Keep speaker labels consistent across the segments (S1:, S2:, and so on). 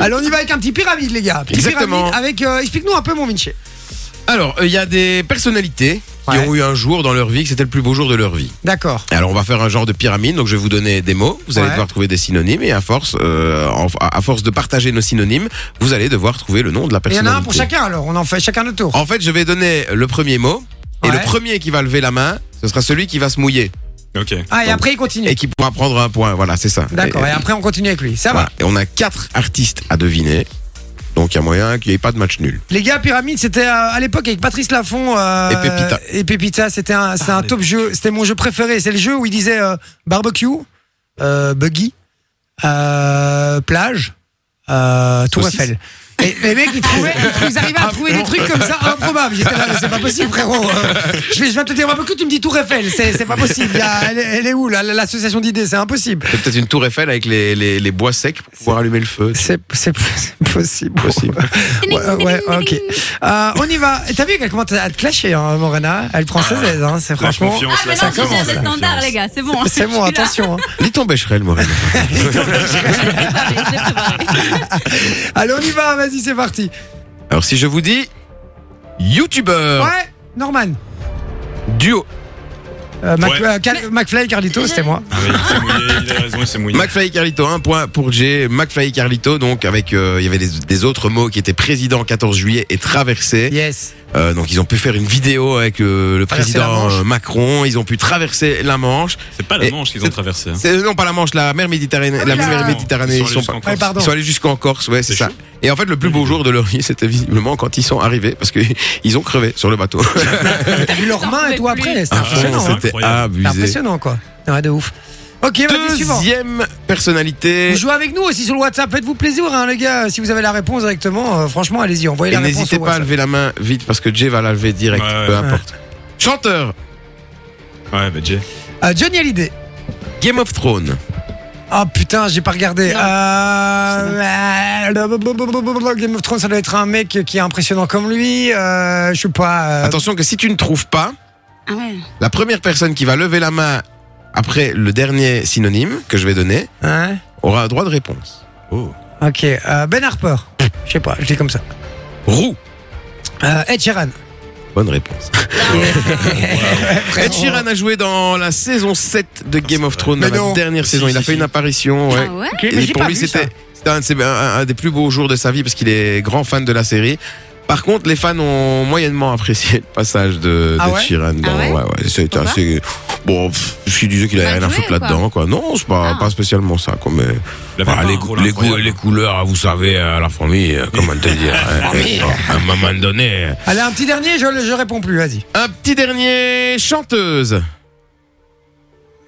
S1: Allez, on y va avec un petit pyramide, les gars. Petit
S2: Exactement.
S1: pyramide avec. euh, Explique-nous un peu, mon Vinci.
S2: Alors, il y a des personnalités qui
S1: Ouais.
S2: ont eu un jour dans leur vie que c'était le plus beau jour de leur vie.
S1: D'accord.
S2: Alors, on va faire un genre de pyramide. Donc, je vais vous donner des mots. Vous allez
S1: Ouais.
S2: devoir trouver des synonymes. Et à force, euh, en- à force de partager nos synonymes, vous allez devoir trouver le nom de
S1: Il
S2: la
S1: y en
S2: personnalité. Oh.
S1: a un pour chacun, alors. On en fait chacun notre tour.
S2: En fait, je vais donner le premier mot. Et
S1: Ouais.
S2: le premier qui va lever la main, ce sera celui qui va se mouiller.
S3: Ok.
S1: Ah, et après, il continue.
S2: Et qui pourra prendre un point. Voilà, c'est ça.
S1: D'accord. Et après, on continue avec lui. Ça va.
S2: Voilà. Et on a quatre artistes à deviner. Donc, il y a moyen qu'il n'y ait pas de match nul.
S1: Les gars, Pyramide, c'était euh, à l'époque avec Patrice Laffont euh,
S2: Et Pépita.
S1: Et Pépita, c'était un, c'est un top jeu. C'était mon jeu préféré. C'est le jeu où il disait euh, barbecue, euh, buggy, euh, plage, euh, Tour
S2: Saucisse.
S1: Eiffel. Et les mecs, ils, trouvaient, ils arrivaient à trouver des trucs comme ça improbables. J'étais là, mais c'est pas possible, frérot. Euh, je, vais- je viens de te dire barbecue, tu me dis Tour Eiffel. C'est, c'est pas possible. Il y a- elle, est- elle est où, là, l'association d'idées C'est impossible.
S2: C'est peut-être une tour Eiffel avec les, les- les bois secs pour pouvoir allumer le feu.
S1: C'est, c'est, c'est possible.
S2: Possible.
S1: Ouais, euh, ouais, ok. Euh, on y va. T'as vu qu'elle commence à te clasher, hein, Morena Elle prend ses aises, hein, c'est
S3: La
S1: franchement.
S3: confiance,
S4: Ah, mais
S3: la
S4: non, je
S1: commence,
S4: gère
S1: la
S4: les standards, les gars, c'est bon.
S1: C'est bon,
S4: Je suis là.
S1: attention. hein.
S2: Dis ton Becherel, Maureen.
S4: J'ai préparé, j'ai préparé.
S1: Allez, on y va, vas-y, c'est parti.
S2: Alors, si je vous dis YouTuber,
S1: Ouais, Norman.
S2: duo,
S1: Euh, Mac-
S3: Ouais.
S1: euh, Cal- McFly et Carlito, c'était moi.
S3: Ah oui, il s'est mouillé, il a raison, il s'est mouillé.
S2: McFly et Carlito, un point pour Jay, McFly et Carlito, donc avec, euh, il y avait des, des autres mots qui étaient président 14 juillet et traversé.
S1: Yes.
S2: Euh, donc, ils ont pu faire une vidéo avec euh, le
S1: Traverser Ah, la
S2: président
S1: Manche.
S2: euh, Macron, ils ont pu traverser la Manche.
S3: C'est pas la
S2: Et-
S3: Manche qu'ils ont traversée. hein.
S2: C'est- Non, pas la Manche, la mer Méditerranée.
S1: Ah oui,
S2: la
S1: là.
S2: mer Méditerranée,
S3: Ils sont allés jusqu'en
S2: pas-
S1: Ouais,
S3: Corse.
S1: pardon.
S2: Ils sont allés jusqu'en Corse, ouais, c'est
S3: C'est
S2: ça.
S3: chaud.
S2: Et en fait, le plus beau jour de leur vie, c'était visiblement quand ils sont arrivés, parce qu'ils ils ont crevé sur le bateau.
S1: T'as vu leurs
S4: J'en
S1: mains et
S4: pouvais
S1: tout
S4: plus.
S1: après, c'était
S3: Ah,
S1: impressionnant. hein.
S3: c'est
S2: C'était
S3: incroyable.
S1: C'était
S2: abusé.
S1: impressionnant, quoi. Ouais, de ouf. Ok, vas-y, suivant.
S2: Deuxième
S1: Vous
S2: personnalité.
S1: jouez avec nous aussi sur le WhatsApp. Faites-vous plaisir, hein, les gars. Si vous avez la réponse directement, euh, franchement, allez-y, envoyez
S2: Et
S1: la réponse
S2: n'hésitez
S1: sur
S2: pas à
S1: WhatsApp.
S2: lever la main vite parce que Jay va la lever direct,
S3: Ouais,
S2: peu
S3: ouais.
S2: importe. Chanteur,
S3: Ouais, bah Jay.
S1: Euh, Johnny Hallyday.
S2: Game of Thrones,
S1: Ah putain, j'ai pas regardé. Euh, euh, Game of Thrones, ça doit être un mec qui est impressionnant comme lui. Euh, je sais pas. euh,
S2: attention que si tu ne trouves pas,
S4: Ah ouais.
S2: la première personne qui va lever la main après le dernier synonyme que je vais donner
S1: hein
S2: aura un droit de réponse.
S1: ok. euh, ben Harper. Pff, Je sais pas, je dis comme ça.
S2: Roux,
S1: Euh, Ed Sheeran.
S2: bonne réponse.
S1: Oh.
S2: Ed Sheeran a joué dans la saison 7 de Game of Thrones,
S1: Mais
S2: dans la
S1: non.
S2: dernière
S3: Si,
S2: saison. Il a
S3: si,
S2: fait
S3: si.
S2: une apparition. ouais.
S4: Ah ouais
S1: Ok, mais
S2: Et
S1: j'ai
S2: pour
S1: pas
S2: lui,
S1: vu ça.
S2: c'était c'était un, de ses- un- un des plus beaux jours de sa vie parce qu'il est grand fan de la série. Par contre, les fans ont moyennement apprécié le passage de,
S1: Ah
S2: d'Ed
S1: ouais
S2: Sheeran. dans-
S4: Ah ouais
S2: C'était
S4: Pourquoi
S2: assez. Bon, pff, je suis disais qu'il avait
S4: Mal
S2: rien à
S4: joué
S2: foutre
S4: ou
S2: là-dedans, quoi. Non, c'est pas,
S4: Ah.
S2: pas spécialement ça, quoi. Mais, Ah,
S3: Il avait
S1: Ah,
S2: voilà,
S3: pas
S2: Bah, les,
S3: un rôle
S2: les goûts
S3: incroyable.
S2: et les couleurs, vous savez, à la famille, euh, comment te dire. hein, à un moment donné. euh.
S1: Allez, un petit dernier, je, je réponds plus, vas-y.
S2: Un petit dernier, chanteuse.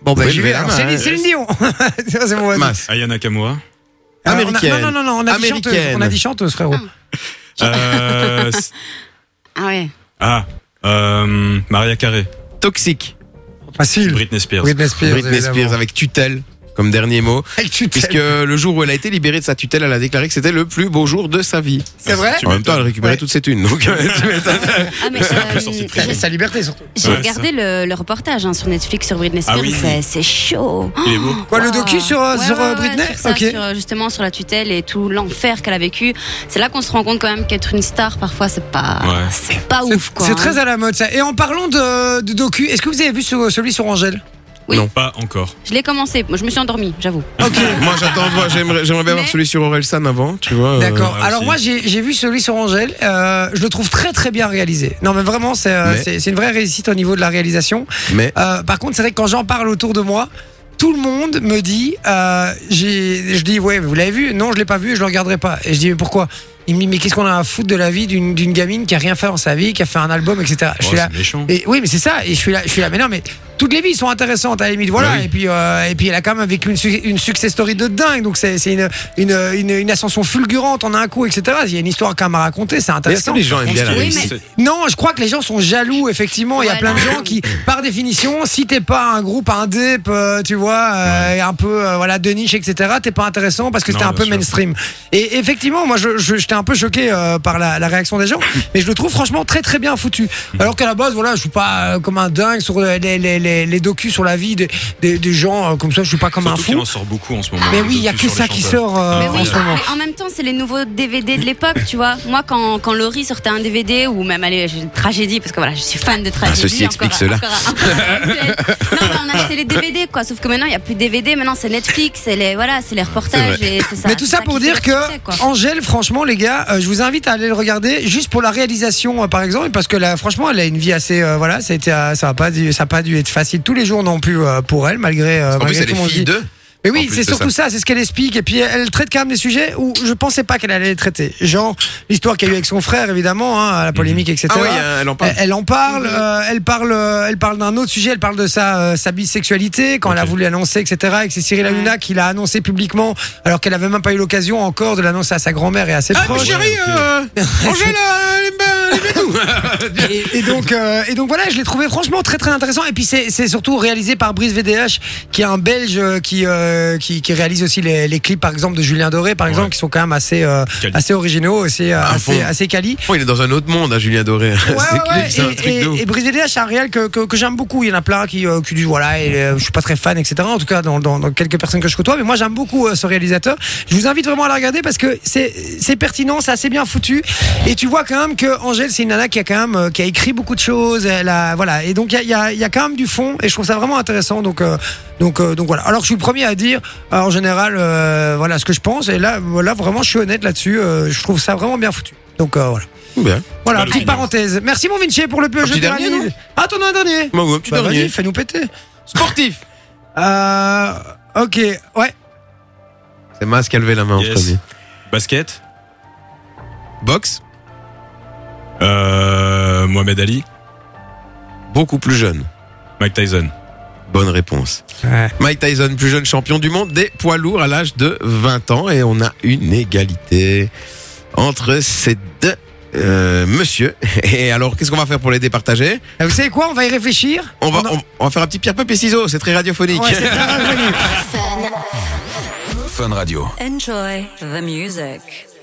S1: Bon,
S2: ben,
S1: ben
S2: j'y
S1: j'y
S2: vais,
S1: vais.
S2: hein,
S1: alors. Céline
S2: hein.
S1: Céline Dion. Ça, c'est bon, vas-y.
S2: Mass.
S3: Aya Ah, Nakamura.
S1: Euh, on a-
S2: Américaine.
S1: Non, non, non, on a dit chanteuse.
S2: Américaine.
S1: On a dit chanteuse, frérot.
S3: Euh, s-
S4: Ah ouais.
S3: ah, euh, Maria Carré.
S2: Toxique.
S1: Facile.
S3: Britney Spears.
S1: Britney Spears.
S2: Britney
S1: évidemment.
S2: Spears avec tutelle comme dernier mot.
S1: Avec tutelle.
S2: Puisque le jour où elle a été libérée de sa tutelle, elle a déclaré que c'était le plus beau jour de sa vie.
S1: C'est vrai
S3: Tu
S2: En même temps, elle récupérait
S1: Ouais.
S2: toutes ses thunes. Donc, euh, tu m'étonnes.
S4: Ah mais
S3: plus sorti
S4: euh,
S3: très
S4: j'ai-
S1: Sa liberté, surtout.
S4: j'ai
S3: Ouais,
S4: regardé le, le reportage hein, sur Netflix sur Britney
S3: Ah
S4: Spears,
S3: oui.
S4: c'est- c'est chaud.
S3: Il est beau.
S1: Quoi, le
S4: Wow.
S1: docu sur, euh,
S4: Ouais,
S1: sur
S4: ouais,
S1: euh,
S4: ouais,
S1: Britney
S4: sur ça,
S1: Ok.
S4: sur, euh, justement sur la tutelle et tout l'enfer qu'elle a vécu. C'est là qu'on se rend compte quand même qu'être une star parfois c'est pas
S3: Ouais.
S4: c'est pas
S1: C'est-
S4: ouf quoi.
S1: C'est
S4: hein.
S1: très à la mode ça. Et en parlant de, de docu, est-ce que vous avez vu ce- celui sur Angèle
S4: Oui.
S3: Non, pas encore.
S4: Je l'ai commencé, moi je me suis endormie, j'avoue.
S1: Ok.
S2: Moi, j'attends de voir. J'aimerais j'aimerais bien
S4: Mais-
S2: avoir celui sur Orelsan avant, tu vois. euh,
S1: D'accord.
S3: ouais,
S1: Alors
S3: aussi.
S1: moi j'ai j'ai vu celui sur Angèle. Euh, je le trouve très très bien réalisé. Non mais vraiment c'est euh,
S2: Mais-
S1: c'est- c'est une vraie réussite au niveau de la réalisation.
S2: Mais
S1: Euh, par contre c'est vrai que quand j'en parle autour de moi, tout le monde me dit, euh, j'ai- je dis ouais vous l'avez vu Non je l'ai pas vu, je le regarderai pas. Et je dis mais pourquoi Il me dit mais qu'est-ce qu'on a à foutre de la vie d'une d'une gamine qui a rien fait dans sa vie, qui a fait un album etc. Je
S3: Oh,
S1: suis là.
S3: c'est
S2: Mm.
S3: méchant.
S1: Et oui, mais c'est ça. Et je suis là, je suis là. Mais non, mais toutes les vies sont intéressantes à la limite. Voilà.
S3: Bah oui.
S1: Et puis, euh, et puis, elle a quand même vécu une, suc- une success story de dingue. Donc, c'est c'est une, une, une, une ascension fulgurante en un coup, etc. Il y a une histoire quand même à raconter. C'est
S2: mais est-ce
S1: intéressant.
S2: que les gens aiment bien la
S4: Oui, mais-
S2: réussite
S1: Non, je crois que les gens sont jaloux, effectivement. Il y a
S4: Ouais,
S1: plein de
S4: non.
S1: gens qui, par définition, si t'es pas un groupe, un dip, euh, tu vois, euh, un peu euh, voilà, de niche, etc., t'es pas intéressant parce que
S3: Non,
S1: t'es un
S3: bien
S1: peu
S3: sûr.
S1: mainstream. Et effectivement, moi, je, je, je j'étais un peu choqué euh, par la, la réaction des gens, mais je le trouve franchement très très bien foutu. Alors qu'à la base, voilà, je suis pas euh, comme un dingue sur les, les, les, les, les docus sur la vie des, des, des gens, euh, comme ça, je suis pas comme
S3: Surtout qu'il
S1: un
S3: en
S1: fou.
S3: sort beaucoup en ce moment.
S1: Mais
S3: des
S1: oui, il y a que
S3: docus sur
S1: ça
S3: les
S1: qui
S3: chanteurs.
S1: sort euh,
S4: Mais
S3: Ah,
S4: oui,
S1: en
S3: ouais.
S1: ce moment.
S4: mais en même temps, c'est les nouveaux DVD de l'époque, tu vois. Moi, quand, quand Laurie sortait un DVD, ou même, allez, j'ai une tragédie, parce que voilà, je suis fan de tragédie.
S2: ceci explique cela.
S4: encore- non, mais on achetait les DVD, quoi. Sauf que maintenant, il n'y a plus de DVD, maintenant, c'est Netflix, c'est les, voilà, c'est les reportages, et c'est ça.
S1: Mais tout
S4: c'est
S1: ça pour
S4: qui
S1: dire
S4: fait
S1: que
S4: le succès, quoi.
S1: Angèle, franchement, les gars, euh, je vous invite à aller le regarder juste pour la réalisation, euh, par exemple, parce que là, franchement, elle a une vie assez, euh, voilà, ça a été, euh, ça a pas dû, ça a pas dû être facile tous les jours non plus euh, pour elle, malgré. euh,
S2: En plus,
S1: malgré
S2: elle
S1: tout mon
S2: est fille
S1: dit.
S2: d'eux.
S1: Mais
S2: En
S1: oui,
S2: plus
S1: c'est
S2: de
S1: surtout ça, c'est ce qu'elle explique. Et puis elle traite quand même des sujets où je pensais pas qu'elle allait les traiter. Genre l'histoire qu'il y a eu avec son frère, évidemment, hein, la polémique, etc.
S2: Ah oui, elle en parle. Mhm.
S1: Elle, elle en parle, euh, elle parle, euh, elle parle d'un autre sujet. Elle parle de sa, euh, sa bisexualité quand elle a
S3: Ok.
S1: voulu annoncer, etc. Et que c'est Cyril Hanouna qui l'a annoncé publiquement, alors qu'elle avait même pas eu l'occasion encore de l'annoncer à sa grand-mère et à ses
S2: Ah, mais
S1: proches.
S2: chérie, euh, Angèle, euh, elle aime bien- elle aime bien tout.
S1: Et, et donc, euh, et donc voilà, je l'ai trouvé franchement très très intéressant. Et puis c'est c'est surtout réalisé par Brice VDH, qui est un Belge euh, qui euh, qui, qui réalise aussi les, les clips, par exemple, de Julien Doré, par exemple, qui sont quand même assez euh,
S3: Quali.
S1: assez originaux, assez euh,
S2: Ah,
S1: assez,
S2: bon.
S1: assez quali.
S2: Oh, il est dans un autre monde, hein, Julien Doré.
S1: Ouais,
S2: C'est
S1: ouais,
S2: clip, c'est un
S1: ouais.
S2: truc
S1: Et,
S2: de ouf.
S1: et, et Brice VDH, c'est un réel que, que, que j'aime beaucoup. Il y en a plein qui, euh, qui disent voilà, et, euh, je suis pas très fan, etc. En tout cas, dans, dans, dans quelques personnes que je côtoie, mais moi j'aime beaucoup euh, ce réalisateur. Je vous invite vraiment à la regarder parce que c'est c'est pertinent, c'est assez bien foutu. Et tu vois quand même que Angèle, c'est une nana qui a quand même euh, qui a écrit beaucoup de choses. Elle a voilà, et donc il y a, il y, a, il y a quand même du fond. Et je trouve ça vraiment intéressant. Donc euh, donc euh, donc voilà. Alors que je suis le premier à dire euh, en général euh, voilà ce que je pense. Et là voilà vraiment, je suis honnête là-dessus. Euh, je trouve ça vraiment bien foutu. Donc euh, voilà.
S2: Bien.
S1: Voilà,
S3: Allez.
S1: petite parenthèse. Merci mon Vinci pour le peu
S2: Un
S1: jeu
S2: petit
S1: de la
S2: dernier,
S1: minute. Ah, t'en as un dernier
S2: Bon, ouais, un petit
S1: Bah,
S2: dernier.
S1: Vas-y, fais-nous péter.
S2: Sportif.
S1: Euh, ok, ouais.
S2: C'est Mas qui a levé la main en
S3: Yes.
S2: premier.
S3: Basket.
S2: Boxe,
S3: Euh, Mohamed Ali.
S2: beaucoup plus jeune.
S3: Mike Tyson.
S2: Bonne réponse. Mike Tyson, plus jeune champion du monde des poids lourds à l'âge de 20 ans. Et on a une égalité entre ces deux euh, monsieur. Et alors, qu'est-ce qu'on va faire pour les départager
S1: Ah, Vous savez quoi On va y réfléchir.
S2: on va,
S1: On a-
S2: on, on va faire un petit pierre papier ciseaux. C'est très radiophonique.
S1: Ouais, c'est très revenu.
S5: Enjoy the music.